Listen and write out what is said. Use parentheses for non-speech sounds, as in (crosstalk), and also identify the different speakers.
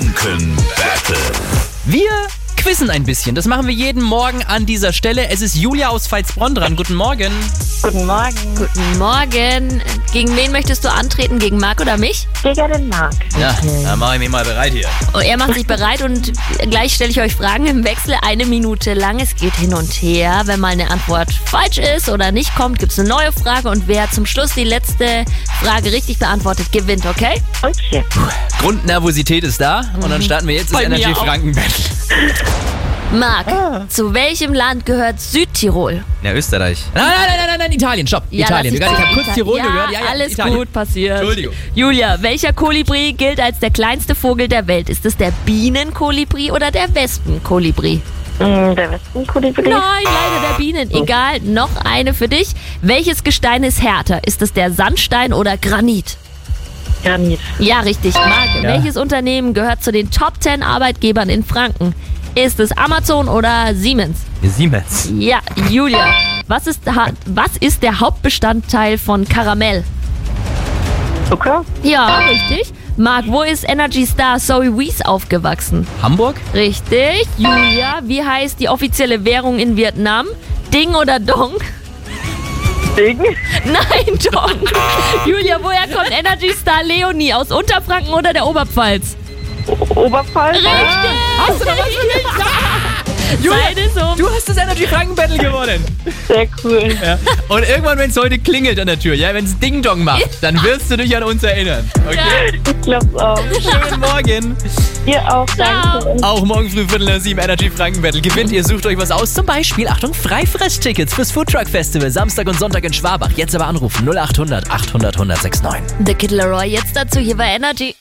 Speaker 1: Open Battle.
Speaker 2: Wir quizzen ein bisschen. Das machen wir jeden Morgen an dieser Stelle. Es ist Julia aus Veitsbronn dran. Guten Morgen.
Speaker 3: Guten Morgen.
Speaker 4: Guten Morgen. Gegen wen möchtest du antreten? Gegen Marc oder mich?
Speaker 3: Digga, den Marc.
Speaker 2: Ja, dann mache ich mich mal bereit hier.
Speaker 4: Und er macht sich bereit und gleich stelle ich euch Fragen im Wechsel. Eine Minute lang. Es geht hin und her. Wenn mal eine Antwort falsch ist oder nicht kommt, gibt es eine neue Frage. Und wer zum Schluss die letzte Frage richtig beantwortet, gewinnt, okay?
Speaker 3: Okay.
Speaker 2: Grundnervosität ist da und dann starten wir jetzt das
Speaker 4: Mhm. Bei mir
Speaker 2: Energy
Speaker 4: auch.
Speaker 2: Franken Battle.
Speaker 4: Marc, zu welchem Land gehört Südtirol?
Speaker 5: Ja, Österreich.
Speaker 2: Nein, nein, nein, nein, nein, nein, Italien, stopp.
Speaker 4: Ja,
Speaker 2: Italien. Ich
Speaker 4: das ist
Speaker 2: habe kurz
Speaker 4: Ita-
Speaker 2: Tirol
Speaker 4: ja,
Speaker 2: gehört. Ja, ja,
Speaker 4: alles
Speaker 2: Italien.
Speaker 4: gut passiert.
Speaker 2: Entschuldigung.
Speaker 4: Julia, welcher Kolibri gilt als der kleinste Vogel der Welt? Ist es der Bienenkolibri oder der Wespenkolibri?
Speaker 3: Mm, der Westenkolibri.
Speaker 4: Nein, leider der Bienen. Egal, noch eine für dich. Welches Gestein ist härter? Ist es der Sandstein oder Granit?
Speaker 3: Granit.
Speaker 4: Ja, richtig. Marc, welches Unternehmen gehört zu den Top 10 Arbeitgebern in Franken? Ist es Amazon oder Siemens?
Speaker 5: Siemens.
Speaker 4: Ja, Julia. Was ist, ha- was ist der Hauptbestandteil von Karamell?
Speaker 3: Zucker.
Speaker 4: Ja, richtig. Marc, wo ist Energy Star Zoe Wees aufgewachsen?
Speaker 2: Hamburg?
Speaker 4: Richtig. Julia, wie heißt die offizielle Währung in Vietnam? Ding oder Dong?
Speaker 3: Ding.
Speaker 4: (laughs) Nein, Dong. Julia, woher kommt Energy Star Leonie? Aus Unterfranken oder der Oberpfalz?
Speaker 3: (laughs) Oberpfalz.
Speaker 4: Richtig. Hast du noch was Julia, Seine
Speaker 2: Du hast das Energy Franken Battle gewonnen.
Speaker 4: (laughs)
Speaker 3: Ah, Sehr cool.
Speaker 2: Und irgendwann, wenn es heute klingelt an der Tür, ja, wenn es Ding Dong macht, dann wirst du dich an uns erinnern. Okay,
Speaker 3: Ich glaub's auch.
Speaker 2: schönen Morgen.
Speaker 3: Ihr auch. Danke.
Speaker 2: Auch morgen früh Viertel nach sieben Energy Franken Battle gewinnt. Ihr sucht euch was aus. Zum Beispiel, Achtung, Freifresstickets fürs Foodtruck Festival. Samstag und Sonntag in Schwabach. Jetzt aber anrufen 0800 800 1069.
Speaker 4: The Kid Leroy jetzt dazu hier bei Energy.